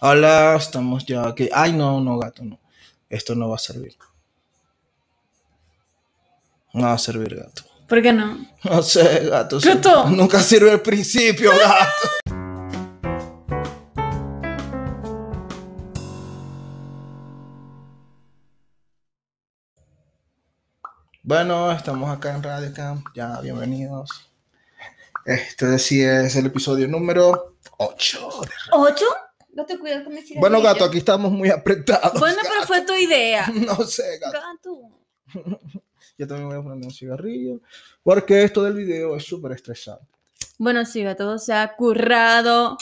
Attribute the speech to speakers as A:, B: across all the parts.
A: Hola, estamos ya aquí. Ay, no, no, gato, no. Esto no va a servir. No va a servir, gato.
B: ¿Por qué no?
A: No sé, gato. sí.
B: Gato.
A: Nunca sirve el principio, gato. Bueno, estamos acá en Radio Camp. Ya, bienvenidos. Este sí es el episodio número 8.
B: ¿Ocho? No te cuidas con mi cigarrillo.
A: Bueno, gato, aquí estamos muy apretados.
B: Bueno, pero fue tu idea.
A: No sé, gato.
B: Gato.
A: Yo también voy a poner un cigarrillo. Porque esto del video es súper estresante.
B: Bueno, sí, gato se ha currado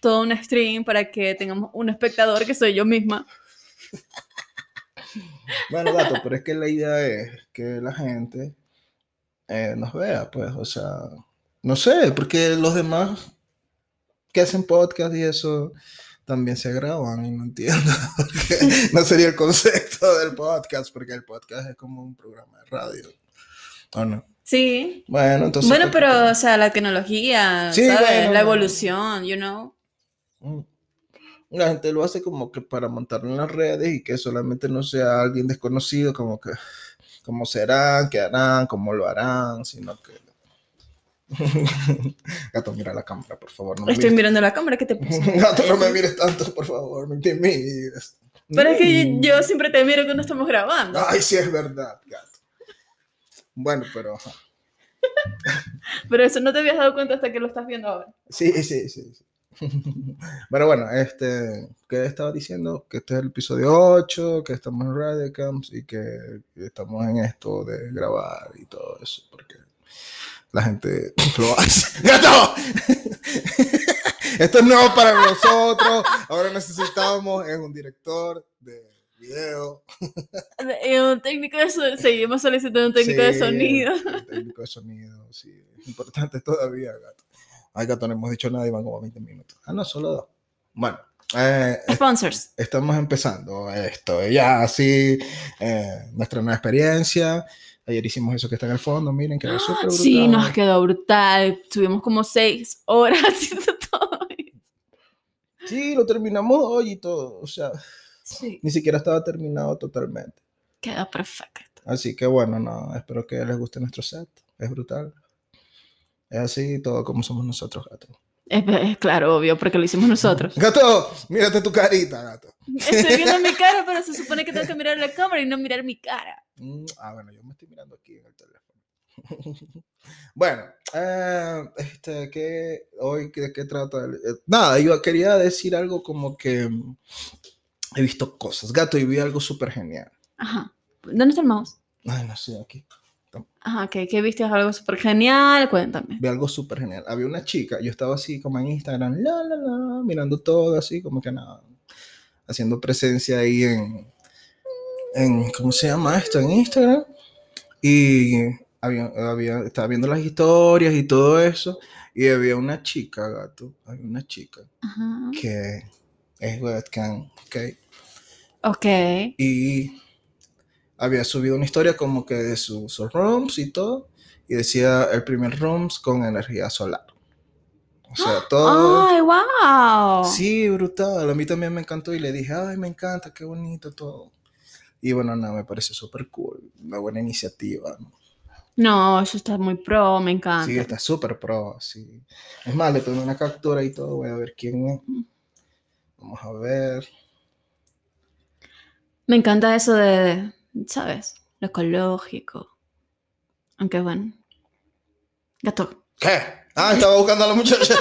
B: todo un stream para que tengamos un espectador que soy yo misma.
A: Bueno, gato, pero es que la idea es que la gente eh, nos vea, pues, o sea, no sé, porque los demás que hacen podcast y eso también se graban y no entiendo. porque no sería el concepto del podcast, porque el podcast es como un programa de radio. ¿O no?
B: Sí.
A: Bueno, entonces.
B: bueno,
A: pues,
B: pero, o sea, la tecnología,
A: Sí,
B: ¿sabes?
A: bueno.
B: la evolución, you know.
A: Mm. La gente lo hace como que para montarlo en las redes y que solamente no sea alguien desconocido, como que cómo serán, qué harán, cómo lo harán, sino que. Gato, mira la cámara, por favor. No me
B: Estoy
A: mires.
B: mirando la cámara que te puse.
A: Gato, no me mires tanto, por favor, no te mires.
B: Pero es
A: Mm.
B: que yo siempre te miro cuando estamos grabando.
A: Ay, sí, es verdad, gato. Bueno, pero. ajá. Ah.
B: Pero eso no te habías dado cuenta hasta que lo estás viendo ahora.
A: Sí, sí, sí. sí. Pero bueno, este, que estaba diciendo que este es el episodio 8, que estamos en Radio Camps y que estamos en esto de grabar y todo eso, porque la gente lo hace. ¡Gato! Esto es nuevo para nosotros. Ahora necesitamos es un director de video.
B: Eh, Un técnico de sonido. Seguimos solicitando un técnico de
A: Sí,
B: sonido.
A: Un técnico de sonido, sí. Importante todavía, gato. Ay, gato, no hemos dicho nada y van como 20 minutos. Ah, no, solo dos. Bueno, eh,
B: Sponsors.
A: estamos empezando esto. Ya, así, eh, nuestra nueva experiencia. Ayer hicimos eso que está en el fondo, miren, que era súper brutal.
B: Ah, Sí, nos quedó brutal. Estuvimos como seis horas haciendo todo.
A: Sí, lo terminamos hoy y todo. O sea,
B: Sí,
A: ni siquiera estaba terminado totalmente.
B: quedó perfecto.
A: Así que bueno, no, espero que les guste nuestro set. Es brutal. Es así todo como somos nosotros, gato.
B: Es, es claro, obvio, porque lo hicimos nosotros.
A: Gato, mírate tu carita, gato.
B: Estoy viendo mi cara, pero se supone que tengo que mirar la cámara y no mirar mi cara.
A: Mm, Ah, bueno, yo me estoy mirando aquí en el teléfono. bueno, eh, este, ¿qué, hoy de qué trata? el- eh, nada, yo quería decir algo como que mm, he visto cosas, gato, y vi algo súper genial.
B: Ajá. ¿Dónde está el mouse?
A: Ay, no sé, aquí.
B: Ajá, ok. ¿Qué viste? Algo súper genial. Cuéntame.
A: Vi algo súper genial. Había una chica, yo estaba así como en Instagram, la, la, la, mirando todo así, como que nada, haciendo presencia ahí en, en ¿cómo se llama esto? En Instagram. Y había, había, estaba viendo las historias y todo eso, y había una chica, gato, había una chica
B: Ajá.
A: que es webcam, ¿ok?
B: Ok.
A: Y había subido una historia como que de su- sus rooms y todo, y decía el primer rooms con energía solar. O sea, todo...
B: ¡Ay, wow!
A: Oh. Sí, brutal. A mí también me encantó y le dije, ay, me encanta, qué bonito todo. Y bueno, nada, me parece súper cool, una buena iniciativa, ¿no?
B: No, eso está muy pro, me encanta.
A: Sí, está súper pro, sí. Es más, le tomé una captura y todo, voy a ver quién es.
B: Mm.
A: Vamos a ver.
B: Me encanta eso de, ¿sabes? Lo ecológico. Aunque bueno. Gato.
A: ¿Qué? Ah, estaba buscando a la muchacha.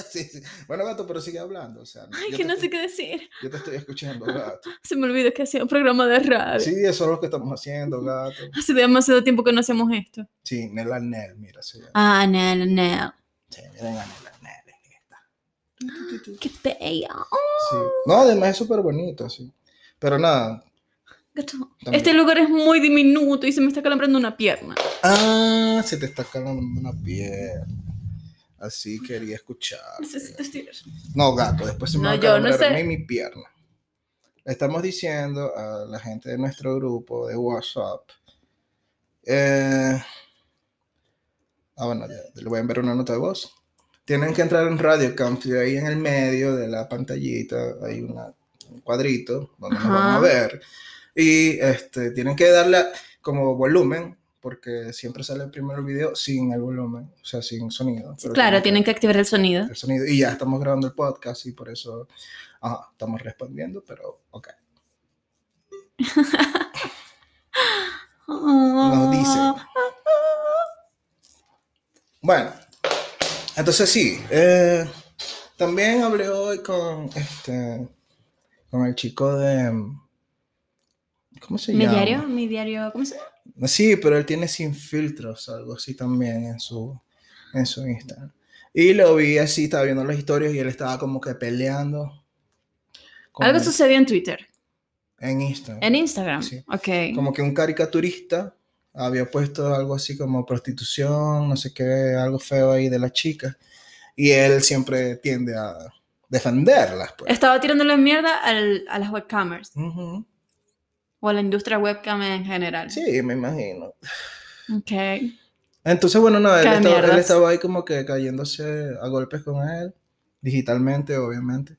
A: sí, sí. Bueno, gato, pero sigue hablando. O sea,
B: Ay,
A: yo
B: que
A: te
B: no
A: estoy-
B: sé qué decir.
A: Yo te estoy escuchando, gato.
B: Se me olvidó que hacía un programa de radio.
A: Sí, eso es lo que estamos haciendo, gato.
B: Hace demasiado tiempo que no hacemos esto.
A: Sí, Nela Nel, mira. Sí,
B: Ah, Nel, Nel.
A: sí miren a Nela Nel. ahí está.
B: Qué bello.
A: Sí. No, además es súper bonito, sí. Pero nada.
B: Gato.
A: También.
B: Este lugar es muy diminuto y se me está calambrando una pierna.
A: Ah, se te está calando una piel. Así quería escuchar.
B: Necesito estirar.
A: No, gato, después se me
B: No,
A: va a
B: yo no
A: calambrar a
B: sé.
A: mí mi pierna. Le Estamos diciendo a la gente de nuestro grupo de WhatsApp. eh, Ah, bueno, ya, le voy a enviar una nota de voz. tienen que entrar en Radio Camp y ahí en el medio de la pantallita hay una- un cuadrito donde nos van a
B: Ajá.
A: ver. Y este, tienen que darle como volumen, porque siempre sale primero el video sin el volumen, o sea, sin sonido. pero
B: Claro, tienen que activar el sonido.
A: el sonido. Y ya estamos grabando el podcast y por eso ajá, estamos respondiendo, pero ok.
B: Nos
A: dice. Bueno, entonces sí, eh, también hablé hoy con este, con el chico de, ¿cómo se
B: Mi
A: llama?
B: diario, mi diario, ¿cómo se llama?
A: Sí, pero él tiene sin filtros, algo así también en su, en su Instagram. Y lo vi así, estaba viendo las historias y él estaba como que peleando con
B: Algo
A: el-
B: sucedió en Twitter,
A: en Instagram.
B: en Instagram.
A: Sí.
B: Ok.
A: Como que un caricaturista había puesto algo así como prostitución, no sé qué, algo feo ahí de las chicas. Y él siempre tiende a defenderlas, pues.
B: Estaba tirándole mierda al- a las webcamers
A: Ujú.
B: o a la industria webcam en general.
A: Sí, me imagino.
B: Ok.
A: Entonces, bueno, no, él
B: Qué
A: estaba, él
B: mierdas.
A: estaba ahí como que cayéndose a golpes con él, digitalmente, obviamente.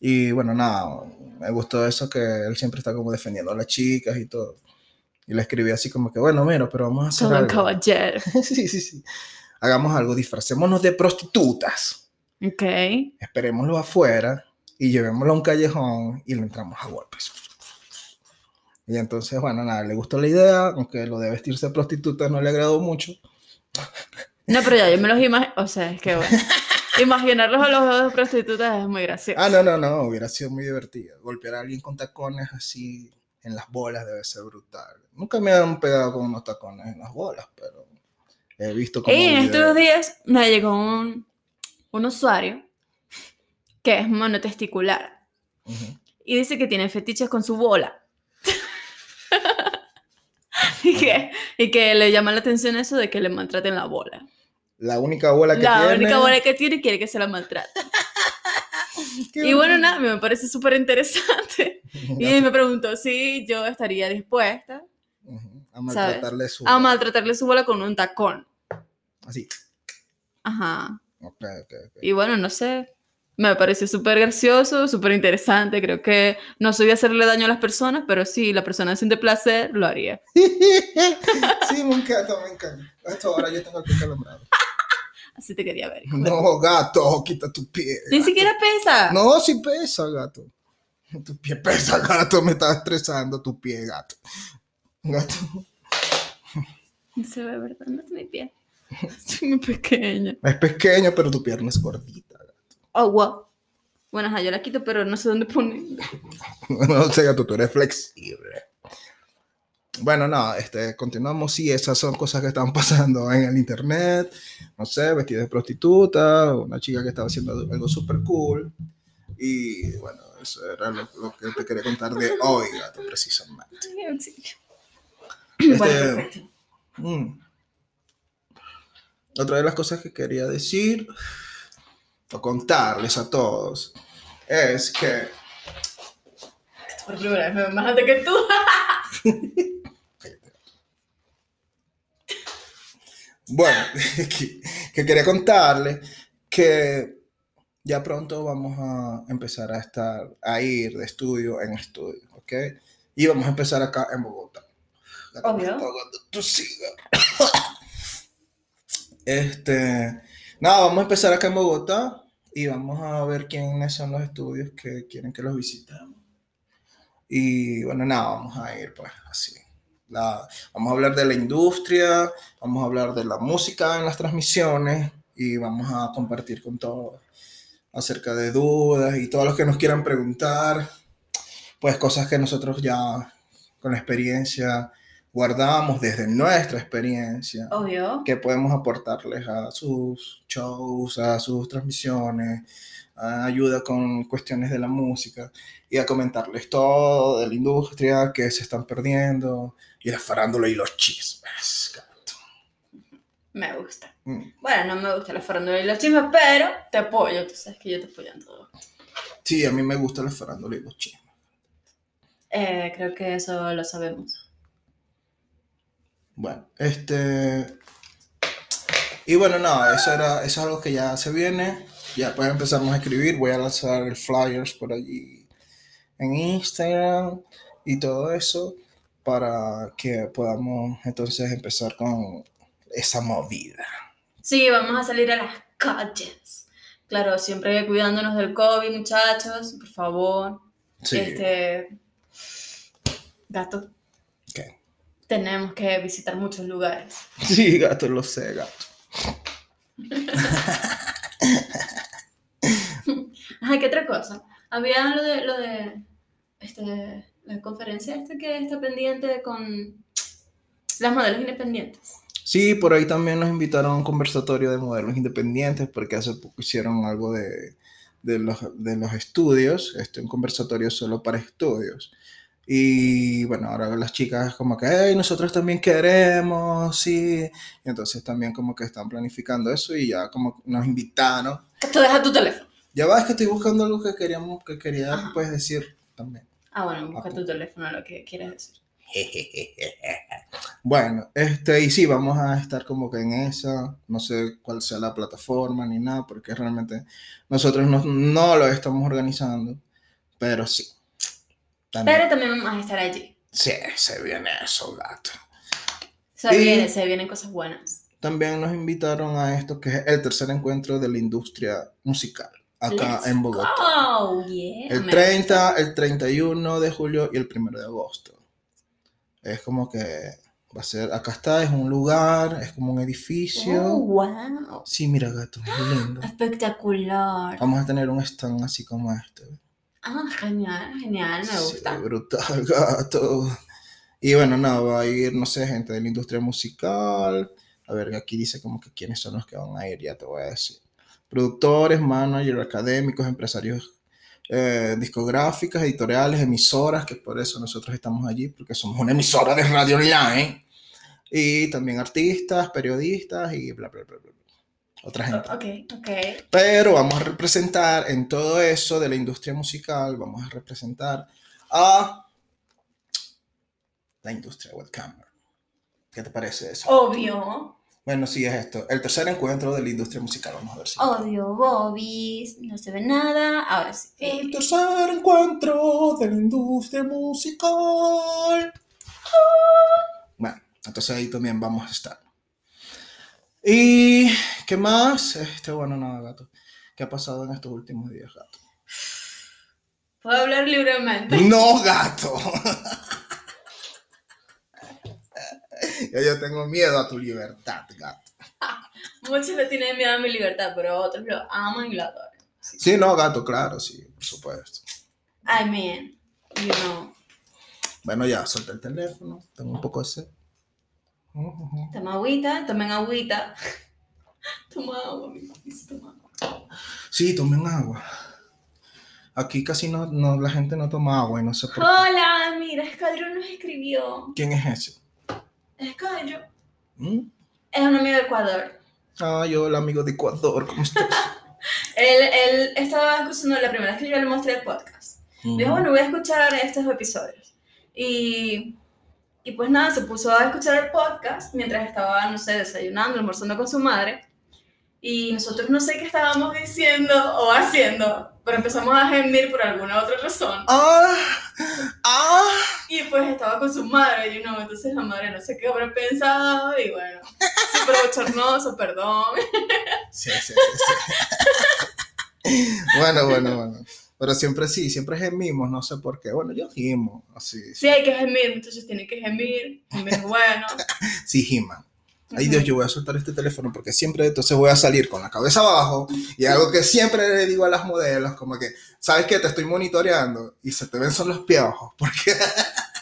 A: Y bueno, nada, me gustó eso que él siempre está como defendiendo a las chicas y todo. Y le escribí así como que, bueno, mira, pero vamos a hacer
B: Todo un
A: algo.
B: caballero.
A: sí, sí, sí. Hagamos algo, disfracémonos de prostitutas,
B: Ok.
A: esperémoslo afuera y llevémoslo a un callejón y le entramos a golpes. Y entonces, bueno, nada, le gustó la idea, aunque lo de vestirse de prostituta no le agradó mucho.
B: No, pero ya yo me los imagino. O sea, es que bueno. Imaginarlos a los dos de prostitutas es muy gracioso.
A: Ah, no, no, no, hubiera sido muy divertido. Golpear a alguien con tacones así en las bolas debe ser brutal. Nunca me han pegado con unos tacones en las bolas, pero he visto Ah, como...
B: Y en estos
A: videos.
B: días me llegó un, un usuario que es monotesticular
A: Ujú.
B: y dice que tiene fetiches con su bola. y, que, y que le llama la atención eso de que le maltraten la bola.
A: La única bola que
B: La
A: tiene...
B: única bola que tiene quiere que se la maltrate.
A: Qué
B: Y bueno,
A: bonito.
B: nada, me parece súper interesante. Y me preguntó si yo estaría dispuesta
A: Ujú, A maltratarle su.
B: a maltratarle su bola con un tacón.
A: Así.
B: Ajá.
A: Ok, ok, ok.
B: Y bueno, no sé, me pareció súper gracioso, súper interesante. Creo que no soy de hacerle daño a las personas, pero si la persona siente placer, lo haría.
A: sí, me encanta, me encanta. Esto ahora yo tengo el pie calambrado.
B: Así te quería ver.
A: No, gato, quita tu pie.
B: Ni siquiera pesa.
A: No, sí pesa, gato. Tu pie pesa, gato. Me está estresando tu pie, gato. Gato.
B: No se ve, ¿verdad? No es mi piel. Soy muy pequeña.
A: Es pequeño, pero tu pierna es gordita.
B: Oh, wow. Bueno, ajá, yo la quito, pero no sé dónde ponerla.
A: No sé, gato, tú eres flexible. Bueno, no, este, continuamos. Sí, esas son cosas que están pasando en el internet. No sé, vestida de prostituta, una chica que estaba haciendo algo súper cool. Y bueno, eso era lo, lo que te quería contar de hoy, gato, precisamente.
B: Ay, auxilio.
A: Este-
B: Bueno, perfecto.
A: Mm. Otra de las cosas que quería decir o contarles a todos es que
B: Por primera vez me veo más alta que tú.
A: Bueno, que, que quería contarles que ya pronto vamos a empezar a estar, a ir de estudio en estudio, ¿ok? Y vamos a empezar acá en Bogotá. Gato, me
B: Obvio.
A: está ahogando tu sida. Este, nada, vamos a empezar acá en Bogotá y vamos a ver quiénes son los estudios que quieren que los visitemos. Y bueno, nada, vamos a ir pues así. La- vamos a hablar de la industria, vamos a hablar de la música en las transmisiones y vamos a compartir con todos acerca de dudas y todos los que nos quieran preguntar, pues cosas que nosotros ya con la experiencia guardamos desde nuestra experiencia
B: Obvio.
A: que podemos aportarles a sus shows, a sus transmisiones, a ayuda con cuestiones de la música y a comentarles todo de la industria que se están perdiendo y la farándula y los chismes. gato.
B: Me gusta.
A: Mm.
B: Bueno, no me gusta la farándula y los chismes, pero te apoyo. Tú sabes que yo te apoyo en todo.
A: Sí, a mí me gusta la farándula y los chismes.
B: Eh, creo que eso lo sabemos.
A: Bueno, este... Y bueno, no, eso, era, eso es algo que ya se viene. Ya pues empezamos a escribir. Voy a lanzar el flyers por allí en Instagram y todo eso para que podamos entonces empezar con esa movida.
B: Sí, vamos a salir a las calles. Claro, siempre cuidándonos del COVID, muchachos, por favor.
A: Sí.
B: Este. Gato,
A: ¿Qué?
B: tenemos que visitar muchos lugares.
A: Sí, gato, lo sé, gato.
B: Ajá, ¿qué otra cosa? Había lo de, lo de este, la conferencia esta que está pendiente con las modelos independientes.
A: Sí, por ahí también nos invitaron a un conversatorio de modelos independientes porque hace poco hicieron algo de, de los, de los estudios, este, un conversatorio solo para estudios. Y bueno, ahora las chicas como que, hey, nosotros también queremos, sí. Y entonces también como que están planificando eso y ya como nos invitaron.
B: Tú deja tu teléfono.
A: Ya vas que estoy buscando algo que queríamos, que quería
B: Ajá.
A: pues decir también.
B: Ah, bueno, busca
A: pues.
B: tu teléfono, lo que quieras
A: Ah,
B: decir.
A: Bueno, este, y sí, vamos a estar como que en esa, no sé cuál sea la plataforma ni nada, porque realmente nosotros no, no lo estamos organizando, pero sí. También,
B: Pero también vamos a estar allí.
A: sí, se viene eso, gato.
B: Se,
A: Y-
B: viene- se vienen cosas buenas.
A: También nos invitaron a esto, que es el tercer encuentro de la industria musical, acá
B: Let's
A: en Bogotá.
B: Oh, yeah.
A: El
B: me
A: 30, el 31 de julio y el 1 de agosto. Es como que va a ser, acá está, es un lugar, es como un
B: gusta.
A: edificio.
B: Oh, wow.
A: Sí, mira, gato, es lindo.
B: Espectacular.
A: Vamos a tener un stand así como este.
B: Ah, genial, genial, me
A: Sí,
B: gusta.
A: brutal, gato. Y bueno, nada, va a ir, no sé, gente de la industria musical. A ver, aquí dice como que quiénes son los que van a ir, ya te voy a decir. Productores, managers, académicos, empresarios eh, discográficas, editoriales, emisoras, que por eso nosotros estamos allí, porque somos una emisora de radio online. Y también artistas, periodistas y bla, bla, bla, bla. bla. Otra gente.
B: Ok, ok.
A: Pero vamos a representar en todo eso de la industria musical, vamos a representar a la industria webcamer. ¿Qué te parece eso?
B: Oh. Obvio,
A: Bueno, sí, es esto. El tercer encuentro de la industria musical, vamos a ver si.
B: obvio, Bobby, no se ve nada. Ahora sí. Eh,
A: El tercer encuentro de la industria musical. Bueno, entonces ahí también vamos a estar. ¿Y qué más? Este, bueno, nada, gato. ¿Qué ha pasado en estos últimos días, gato?
B: Puedo hablar libremente.
A: No, gato. ya yo tengo miedo a tu libertad, gato.
B: Muchos le tienen miedo a mi libertad, pero otros lo aman y lo adoran.
A: Sí, no, gato, claro, sí, por supuesto.
B: I mean, you know,
A: Bueno, ya, solté el teléfono, tengo un poco de sed. Ujú.
B: toma agüita, tomen agüita. Toma agua, mi please, toma agua.
A: Sí, tomen agua. Aquí casi no, no, la gente no toma agua y no sé por qué.
B: Hola, mira, Escadrón nos escribió.
A: ¿Quién es ese?
B: Escadrón
A: ¿Mm?
B: es un amigo de Ecuador.
A: Ah, yo, el amigo de Ecuador, ¿cómo estás?
B: Él, él estaba escuchando la primera vez que yo le mostré el podcast. Dijo, bueno, voy a escuchar estos episodios. Y, y pues nada, se puso a escuchar el podcast mientras estaba, no sé, desayunando, almorzando con su madre. Y nosotros no sé qué estábamos diciendo o haciendo, pero empezamos a gemir por alguna otra razón.
A: Ah, ah.
B: Y pues estaba con su madre, y no, entonces la madre no sé qué habrá pensado, y bueno, súper bochornoso, perdón.
A: Sí, sí, sí. sí. bueno, bueno, bueno. Pero siempre sí, siempre gemimos, no sé por qué. Bueno, yo gimo, así.
B: Sí, hay que gemir, muchachos tienen que gemir, gemir es bueno.
A: Sí, giman. Ay Dios, yo voy a soltar este teléfono porque siempre entonces voy a salir con la cabeza abajo y algo que siempre le digo a las modelos, como que, ¿sabes qué? Te estoy monitoreando y se te ven son los piojos, porque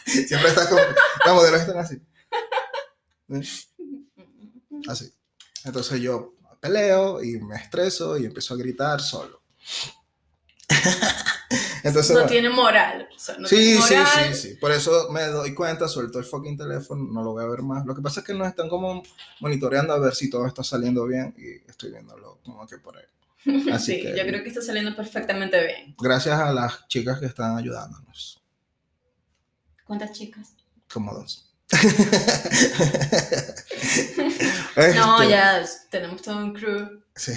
A: siempre estás como, las modelos están así, así. Entonces yo peleo y me estreso y empiezo a gritar solo. entonces,
B: no
A: bueno.
B: tiene moral. O sea, no
A: sí,
B: tiene
A: sí,
B: moral.
A: sí, sí. Por eso me doy cuenta, suelto el fucking teléfono, no lo voy a ver más. Lo que pasa es que nos están como monitoreando a ver si todo está saliendo bien y estoy viéndolo como que por ahí. Así
B: sí,
A: que-
B: yo creo que está saliendo perfectamente bien.
A: Gracias a las chicas que están ayudándonos,
B: ¿Cuántas chicas?
A: como dos.
B: No,
A: Este,
B: ya tenemos todo un crew.
A: sí.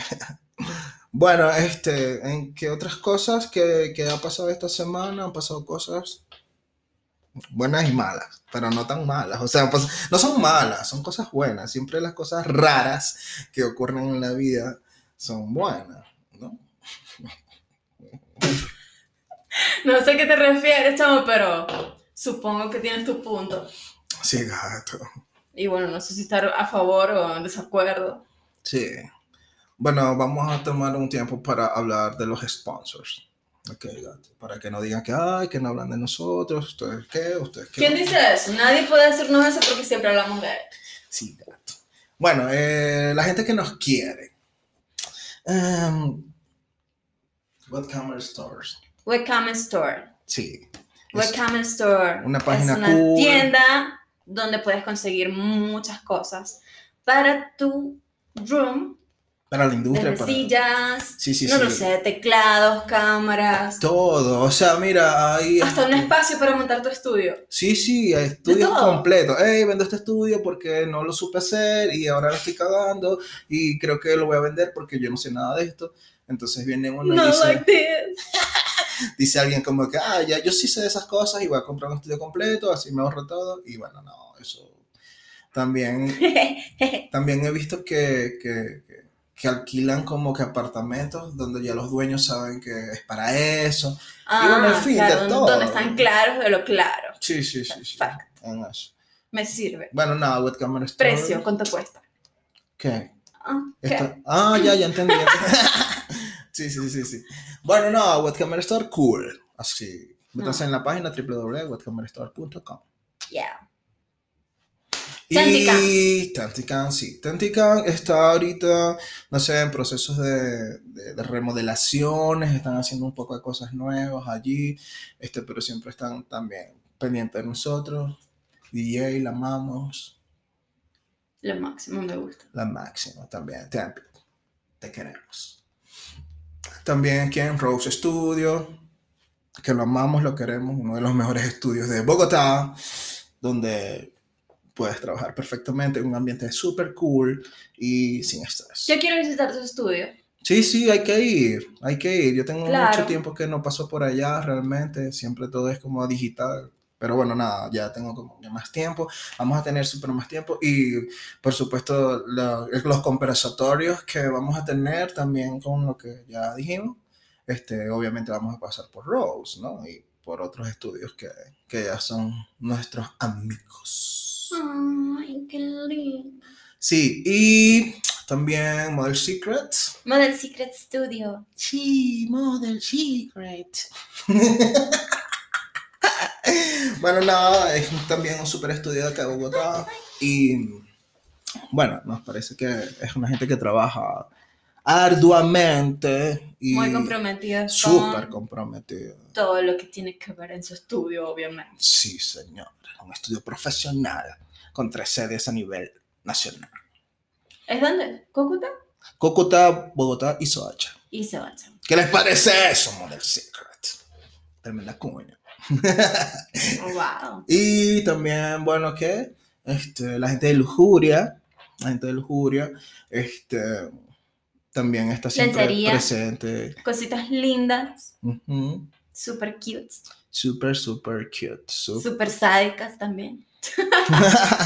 A: Bueno, este, ¿en qué otras cosas que, que ha pasado esta semana? Han pasado cosas buenas y malas, pero no tan malas. O sea, pues, no son malas, son cosas buenas. Siempre las cosas raras que ocurren en la vida son buenas, ¿no?
B: No sé a qué te refieres, chamo, pero supongo que tienes tu punto.
A: Sí, gato.
B: Y bueno, no sé si estar a favor o en desacuerdo.
A: Sí. Bueno, vamos a tomar un tiempo para hablar de los sponsors. Ok, gato. Para que no digan que, ay, que no hablan de nosotros, ustedes qué, ustedes qué.
B: ¿Quién dice eso? Nadie puede decirnos eso porque siempre hablamos de él.
A: Sí, gato. Bueno, eh, la gente que nos quiere. Em, Webcam Stores.
B: Webcam Store.
A: Sí. es-
B: Webcam Store
A: Una página
B: es una
A: cool.
B: tienda donde puedes conseguir muchas cosas para tu room,
A: para la industria.
B: desde
A: Para...
B: sillas,
A: Sí, sí,
B: no
A: sí.
B: lo sé, teclados, cámaras,
A: Todo. O sea, mira, ahí.
B: hasta un espacio para montar tu estudio.
A: Sí, sí, hay estudios
B: todo.
A: completos. Hey, vendo este estudio porque no lo supe hacer y ahora lo estoy cagando y creo que lo voy a vender porque yo no sé nada de esto. Entonces viene uno
B: No
A: y dice,
B: like this.
A: dice alguien como que, ah, ya yo sí sé de esas cosas y voy a comprar un estudio completo, así me ahorro todo. Y bueno, no, eso también también he visto que, que- que- que alquilan como que apartamentos donde ya los dueños saben que es para eso.
B: Ah,
A: bueno, en fin,
B: claro,
A: de
B: donde,
A: todo.
B: donde están claros de lo claro.
A: Sí, sí, sí, sí.
B: Perfecto.
A: En eso.
B: Me sirve.
A: Bueno, nada, webcam Store.
B: Precio, ¿cuánto cuesta?
A: ¿Qué?
B: Ah, ¿qué?
A: Esto- Ah, ya, ya entendí. sí, sí, sí, sí. Bueno, no, Webcamera Store, cool. Así. Métanse
B: Ah.
A: en la página www.webcamerastore.com.
B: Yeah. Tantican.
A: Y Tantican, sí. Tantican está ahorita, no sé, en procesos de, de- de remodelaciones, están haciendo un poco de cosas nuevas allí, este, pero siempre están también pendientes de nosotros. DJ, la amamos,
B: Lo máximo me gusta.
A: la máxima también. Temple, te queremos. También aquí en Rose Studio, que lo amamos, lo queremos, uno de los mejores estudios de Bogotá, donde puedes trabajar perfectamente en un ambiente súper cool y sin estrés.
B: Yo quiero visitar tu estudio.
A: Sí, sí, hay que ir, hay que ir. Yo tengo
B: Claro.
A: mucho tiempo que no paso por allá realmente, siempre todo es como digital. Pero bueno, nada, ya tengo como que más tiempo, vamos a tener súper más tiempo y por supuesto la- los conversatorios que vamos a tener también con lo que ya dijimos, este, obviamente vamos a pasar por Rose, ¿no? Y por otros estudios que, que ya son nuestros amigos.
B: Mm. Ay, qué lindo.
A: Sí, y también Model Secrets.
B: Model Secret Studio.
A: Sí, Model Secret. bueno, nada, es también un super estudio de acá de Bogotá. Y bueno, nos parece que es una gente que trabaja arduamente y
B: Muy comprometido
A: súper
B: con
A: comprometida.
B: todo lo que tiene que ver en su estudio, obviamente.
A: Sí, señor. Un estudio profesional con tres sedes a nivel nacional.
B: ¿Es dónde? ¿Cúcuta?
A: Cúcuta, Bogotá y Soacha.
B: Y Sebastián.
A: ¿Qué les parece eso, Model Secret? Tremenda cuña.
B: Wow.
A: Y también, bueno, que este, la gente de Lujuria, la gente de Lujuria, este, también está siempre
B: Lencería.
A: presente.
B: Cositas lindas,
A: Ujú.
B: super cute,
A: Súper, súper cute. Súper.
B: super sádicas también.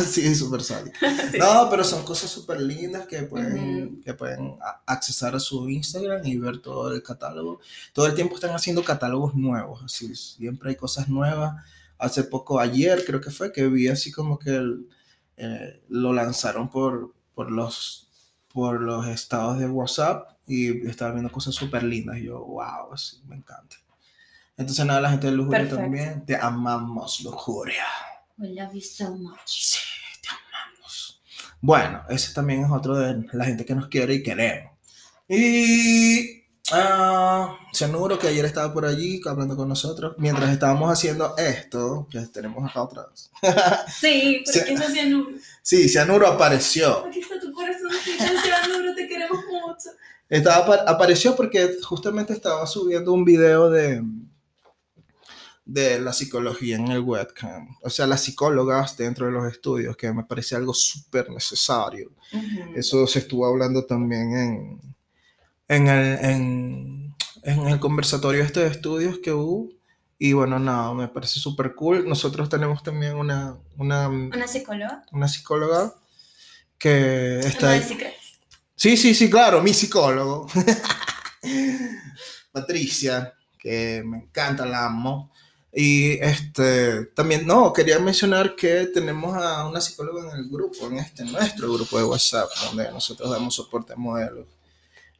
A: sí, súper sádico. No, pero son cosas súper lindas que pueden, que pueden a- accesar a su Instagram y ver todo el catálogo. Todo el tiempo están haciendo catálogos nuevos, así siempre hay cosas nuevas. Hace poco, ayer creo que fue, que vi así como que el- eh, lo lanzaron por, por, los, por los estados de WhatsApp y estaba viendo cosas súper lindas. Y yo, wow, así, me encanta. Entonces, nada, la gente de Lujuria
B: Perfecto.
A: también, te amamos, Lujuria.
B: We love you so much.
A: Sí, te amamos. Bueno, ese también es otro de la gente que nos quiere y queremos. Y ah, Cianuro, que ayer estaba por allí hablando con nosotros, mientras estábamos haciendo esto, que tenemos acá atrás.
B: Sí,
A: Sí.
B: porque estás haciendo.
A: Sí, Cianuro apareció.
B: Aquí está tu corazón, Sebastián, te queremos mucho.
A: Estaba, apa- apareció porque justamente estaba subiendo un video de, de la psicología en el webcam, o sea, las psicólogas dentro de los estudios, que me parece algo súper necesario.
B: Ujú.
A: Eso se estuvo hablando también en, en, el, en, en el conversatorio este de estudios que hubo. Y bueno, nada, me parece súper cool. Nosotros tenemos también una, una,
B: Una psicóloga.
A: una psicóloga que está...
B: Una de Secrets.
A: Sí, sí, sí, claro, mi psicólogo. Patricia, que me encanta, la amo. Y este, también, no, quería mencionar que tenemos a una psicóloga en el grupo, en este, en nuestro grupo de WhatsApp, donde nosotros damos soporte a modelos.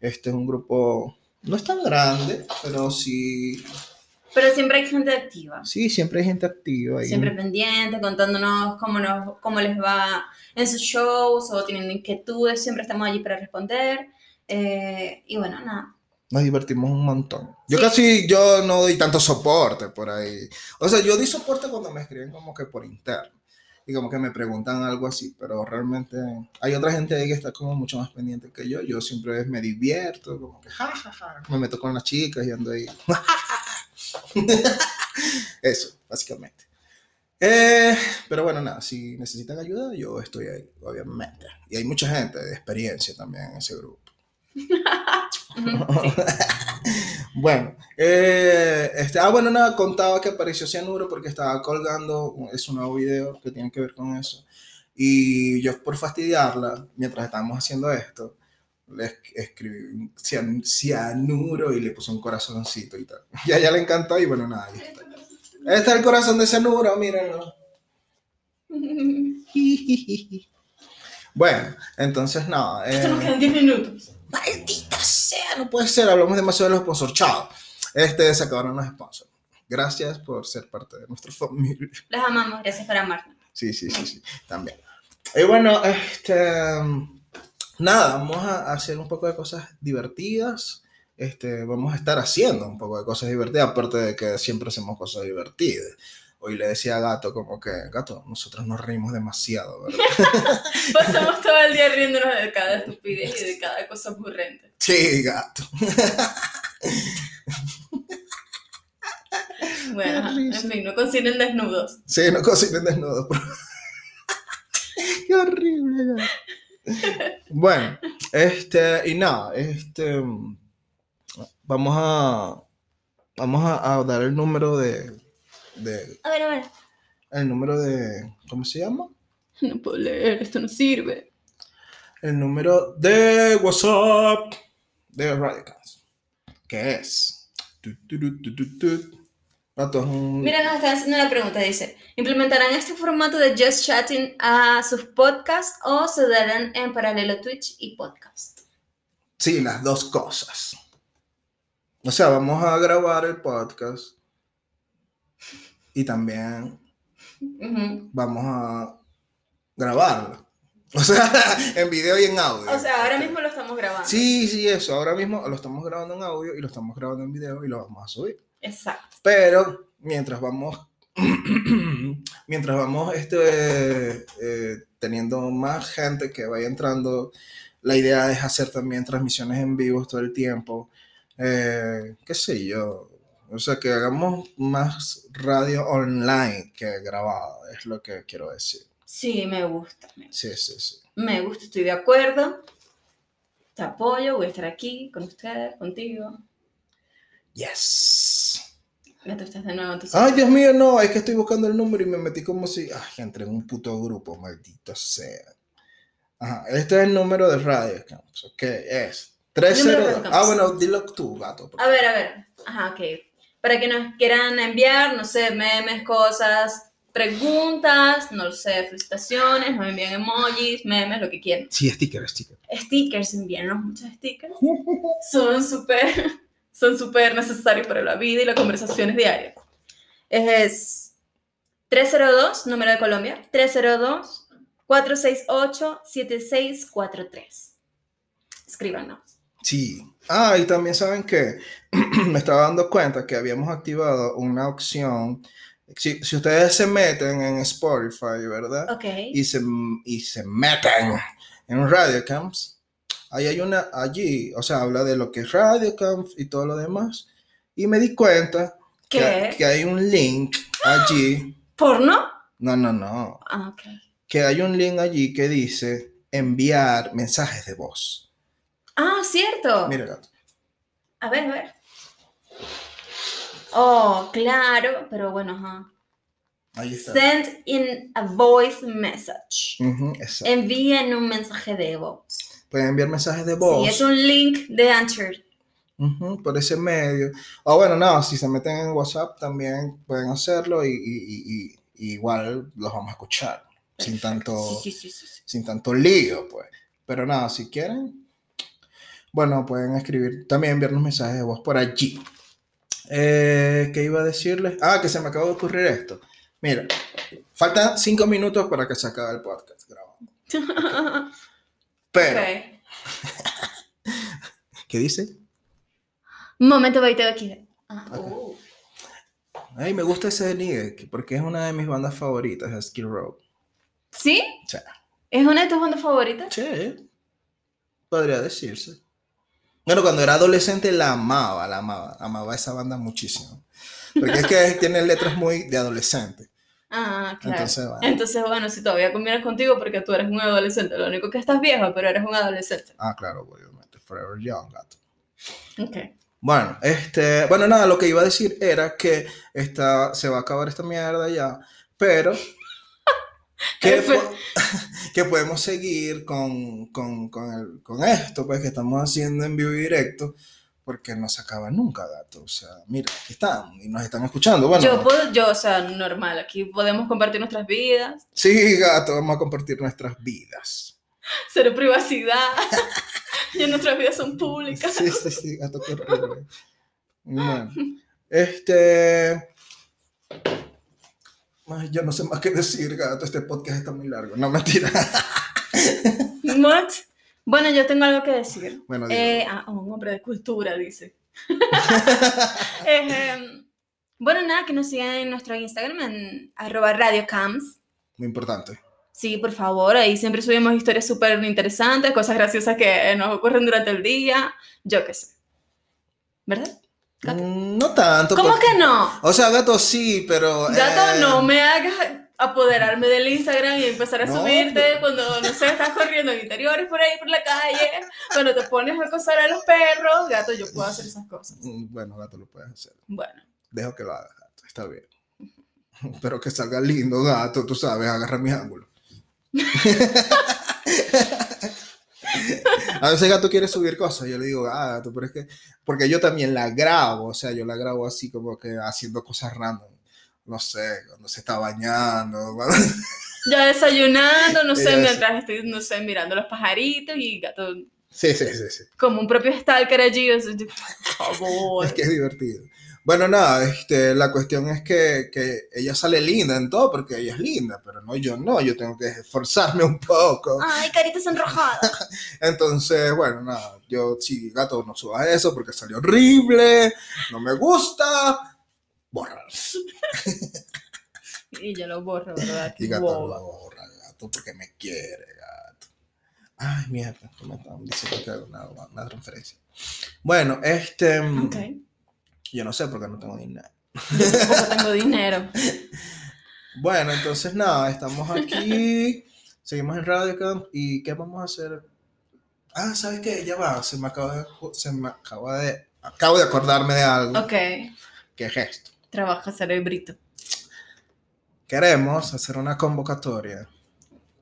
A: Este es un grupo, no es tan grande, pero sí,
B: Pero siempre hay gente activa.
A: sí, siempre hay gente activa ahí.
B: Siempre pendiente, contándonos cómo, nos, cómo les va en sus shows o tienen inquietudes. Siempre estamos allí para responder. Eh, y bueno, nada.
A: Nos divertimos un montón. Yo
B: Sí.
A: casi, yo no doy tanto soporte por ahí. O sea, yo di soporte cuando me escriben como que por interno. Y como que me preguntan algo así, pero realmente hay otra gente ahí que está como mucho más pendiente que yo. Yo siempre me divierto, como que ja, ja, ja. Me meto con las chicas y ando ahí. Eso, básicamente. Eh, pero bueno, nada, si necesitan ayuda, yo estoy ahí, obviamente. Y hay mucha gente de experiencia también en ese grupo.
B: Ujú, sí.
A: Bueno, eh, este, ah, bueno, nada, contaba que apareció Cianuro porque estaba colgando, un- es un nuevo video que tiene que ver con eso. Y yo por fastidiarla, mientras estábamos haciendo esto, le es- escribí un cian- Cianuro y le puse un corazoncito y tal. Y a ella le encantó y bueno, nada, ahí está. Ahí está el corazón de Cianuro, mírenlo. Bueno, entonces nada.
B: Esto nos
A: eh,
B: quedan 10 minutos.
A: Maldita sea, no puede ser. Hablamos demasiado de los sponsors. Chao. Este se acabaron los sponsors. Gracias por ser parte de nuestra familia.
B: Los amamos, gracias por amarnos.
A: Sí, sí, sí, sí. También. Y bueno, este. Nada, vamos a hacer un poco de cosas divertidas. Este, vamos a estar haciendo un poco de cosas divertidas, aparte de que siempre hacemos cosas divertidas. Hoy le decía a Gato como que, Gato, nosotros nos reímos demasiado, ¿verdad?
B: Pasamos todo el día riéndonos de cada estupidez y de cada cosa ocurrente.
A: Sí, Gato.
B: Bueno, ajá, en fin, no consiguen desnudos.
A: Sí, no cocinen desnudos. por favor. Qué horrible. ya. Bueno, este, y nada, este, vamos a, vamos a, a dar el número de, de,
B: A ver, a ver.
A: el número de, ¿cómo se llama?
B: No puedo leer, esto no sirve.
A: El número de WhatsApp de Radicals, que es, tu, tu, tu, tu, tu, tu. Rato, es un-
B: Mira, nos están haciendo una pregunta, dice, ¿implementarán este formato de Just Chatting a sus podcasts o se darán en paralelo Twitch y podcast?
A: Sí, las dos cosas. O sea, vamos a grabar el podcast y también
B: Ujú.
A: vamos a grabarlo. O sea, en video y en audio.
B: O sea, ahora mismo lo estamos grabando.
A: Sí, sí, eso. Ahora mismo lo estamos grabando en audio y lo estamos grabando en video y lo vamos a subir.
B: Exacto.
A: Pero mientras vamos, mientras vamos este, eh, teniendo más gente que vaya entrando, la idea es hacer también transmisiones en vivo todo el tiempo. Eh, qué sé yo. O sea, que hagamos más radio online que grabada, es lo que quiero decir.
B: Sí, me gusta. Me gusta,
A: Sí, sí, sí.
B: me gusta, estoy de acuerdo. Te apoyo, voy a estar aquí con ustedes, contigo.
A: Yes.
B: Ya tú estás de nuevo en tu
A: Ay, Dios mío, no, es que estoy buscando el número y me metí como si. Ay, entré en un puto grupo, maldito sea. Ajá, este es el número de Radio Camps, ok, es
B: Número
A: 302.
B: de Radio
A: Ah,
B: Camps.
A: bueno, dilo tú, gato. por
B: A ver, a ver. Ajá, ok. Para que nos quieran enviar, no sé, memes, cosas, preguntas, no lo sé, felicitaciones, nos envían emojis, memes, lo que quieran.
A: favor. Sí, sticker, sticker.
B: Stickers, envíanos muchos stickers. Son súper son súper necesarios para la vida y las conversaciones diarias. Es 302, número de Colombia, 302 468 7643. Escríbanos.
A: Sí. Ah, y también saben que me estaba dando cuenta que habíamos activado una opción. Si, si ustedes se meten en Spotify, ¿verdad?
B: Ok.
A: y se, y se meten en RadioCamps. Ahí hay una, allí, o sea, habla de lo que es RadioCamps y todo lo demás. Y me di cuenta Que,
B: ¿Qué?
A: que hay un link allí.
B: ¿Porno?
A: No, no, no.
B: Ah, ok.
A: Que hay un link allí que dice enviar mensajes de voz.
B: Ah, cierto.
A: Mira, gato.
B: A ver, a ver. Oh, claro, pero bueno, ajá.
A: Ahí está.
B: Send in a voice message.
A: Ujú, exacto.
B: Envíen un mensaje de voz.
A: Pueden enviar mensajes de voz.
B: Sí, es un link de Anchor.
A: Ujú, por ese medio. O bueno, no, si se meten en WhatsApp también pueden hacerlo y, y- y- y- y igual los vamos a escuchar. Sin
B: Perfecto.
A: tanto,
B: Sí, sí, sí, sí, sí.
A: sin tanto lío, pues. Pero nada, si quieren, bueno, pueden escribir, también enviarnos mensajes de voz por allí. Eh, ¿Qué iba a decirles? Ah, que se me acabó de ocurrir esto. Mira, faltan cinco minutos para que se acabe el podcast grabado. Pero,
B: Ok.
A: ¿qué dice?
B: Momento, voy de aquí. Ah,
A: Ok.
B: uh.
A: Ay, me gusta ese ligue porque es una de mis bandas favoritas, es Skid Row.
B: ¿Sí?
A: Sí.
B: ¿Es una de tus bandas favoritas?
A: Sí, eh. podría decirse. Bueno, cuando era adolescente la amaba, la amaba, amaba esa banda muchísimo. Porque es que tiene letras muy de adolescente.
B: Ah, claro. Entonces,
A: Entonces, bueno.
B: bueno, si todavía conviene contigo porque tú eres un adolescente. Lo único que estás viejo, pero eres un adolescente.
A: Ah, claro, obviamente, Forever Young, gato.
B: Ok.
A: Bueno, este, bueno, nada, lo que iba a decir era que esta, se va a acabar esta mierda ya, pero que,
B: Fue-
A: po- que podemos seguir con, con, con, el- con esto, pues, que estamos haciendo en vivo y directo, porque no se acaba nunca, gato. O sea, mira, aquí están y nos están escuchando. Bueno,
B: Yo, puedo, yo, o sea, normal, aquí podemos compartir nuestras vidas,
A: sí, gato, vamos a compartir nuestras vidas.
B: ser privacidad, ya nuestras vidas son públicas.
A: Sí, sí, sí, gato, qué horrible. Bueno, este... Ay, yo no sé más qué decir, gato. Este podcast está muy largo. No, mentira.
B: What? Bueno, yo tengo algo que decir.
A: Bueno, digo,
B: Eh, ah, un hombre de cultura, dice. Eh, bueno, nada, que nos sigan en nuestro Instagram, en arroba radiocams.
A: muy importante.
B: Sí, por favor, ahí siempre subimos historias súper interesantes, cosas graciosas que eh, nos ocurren durante el día, yo qué sé. ¿Verdad? Gato.
A: Mm, No tanto.
B: ¿Cómo
A: porque-
B: que no?
A: O sea, gato sí, pero.
B: Gato,
A: eh,
B: no me hagas apoderarme del Instagram y empezar a
A: No,
B: subirte cuando, no sé, estás corriendo en interiores por ahí, por la calle, cuando te pones a acosar a los perros. Gato, yo puedo hacer esas cosas.
A: mm, Bueno, gato, lo puedes hacer.
B: Bueno,
A: Dejo que lo haga, gato. Está bien. Pero que salga lindo, gato, tú sabes, agarra mis ángulos. A veces gato quiere subir cosas, yo le digo, ah, gato, pero es que, porque yo también la grabo, o sea, yo la grabo así como que haciendo cosas random, no sé, cuando se está bañando,
B: ya desayunando, no sé,
A: Ella es-
B: mientras estoy, no sé, mirando los pajaritos y gato,
A: sí, sí, sí, sí.
B: como un propio stalker allí, o sea, yo- por favor.
A: Es que es divertido. Bueno, nada, este, la cuestión es que, que ella sale linda en todo porque ella es linda, pero no, yo no, yo tengo que esforzarme un poco.
B: Ay, carita sonrojada.
A: Entonces, bueno, nada, yo sí, gato, no subas eso porque salió horrible, no me gusta. Borra.
B: Y yo lo borro, ¿verdad?
A: Y
B: Qué
A: gato
B: boba.
A: lo borra, gato, porque me quiere, gato. Ay, mierda, que me están diciendo que hago una, una transferencia. Bueno, este,
B: Ok.
A: yo no sé porque no tengo dinero.
B: Yo tampoco tengo dinero.
A: Bueno, entonces nada, estamos aquí, seguimos en Radio Camp y ¿qué vamos a hacer? Ah, ¿sabes qué? Ya va, se me acaba de, se me acaba de, acabo de acordarme de algo,
B: Ok.
A: que es esto.
B: Trabaja cerebrito.
A: Queremos hacer una convocatoria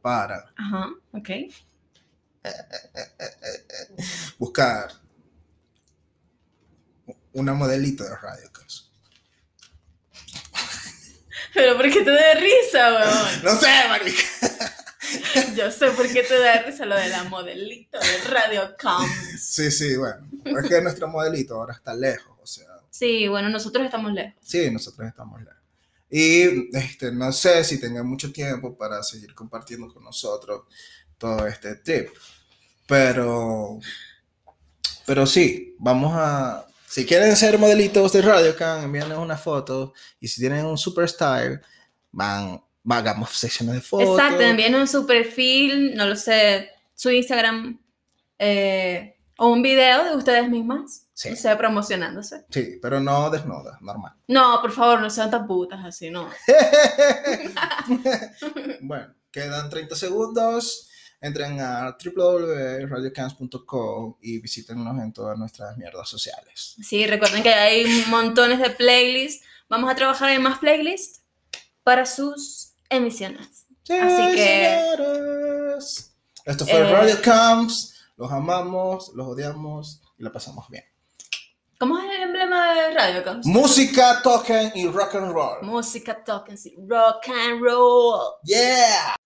A: para
B: Ajá. Ok.
A: buscar una modelito de Radio pues. Camp.
B: Pero ¿por qué te da risa, weón?
A: No sé, marica.
B: Yo sé por qué te da risa lo de la modelito de Radio Camp.
A: Sí, sí, bueno, es que nuestro modelito ahora está lejos, o sea,
B: Sí, bueno, nosotros estamos lejos.
A: Sí, nosotros estamos lejos. Y este, no sé si tengan mucho tiempo para seguir compartiendo con nosotros todo este tip. Pero, pero sí, vamos a. Si quieren ser modelitos de RadioCan, envíanos una foto. Y si tienen un super style, van, hagamos sesiones de fotos.
B: Exacto, envíenos su perfil, no lo sé, su Instagram, eh, O un video de ustedes mismas,
A: Sí.
B: o sea, promocionándose.
A: Sí, pero no desnuda, normal.
B: No, por favor, no sean tan putas así, no.
A: bueno, quedan 30 segundos. Entren a www.radiocams.com y visítennos en todas nuestras mierdas sociales.
B: Sí, recuerden que hay montones de playlists. Vamos a trabajar en más playlists para sus emisiones. Así que-
A: Señores. Esto fue
B: Eh.
A: Radio Camps. Los amamos, los odiamos y la pasamos bien.
B: ¿Cómo es el emblema de Radio Camps?
A: Música, token y rock and roll.
B: Música, tokens y rock and roll.
A: Yeah.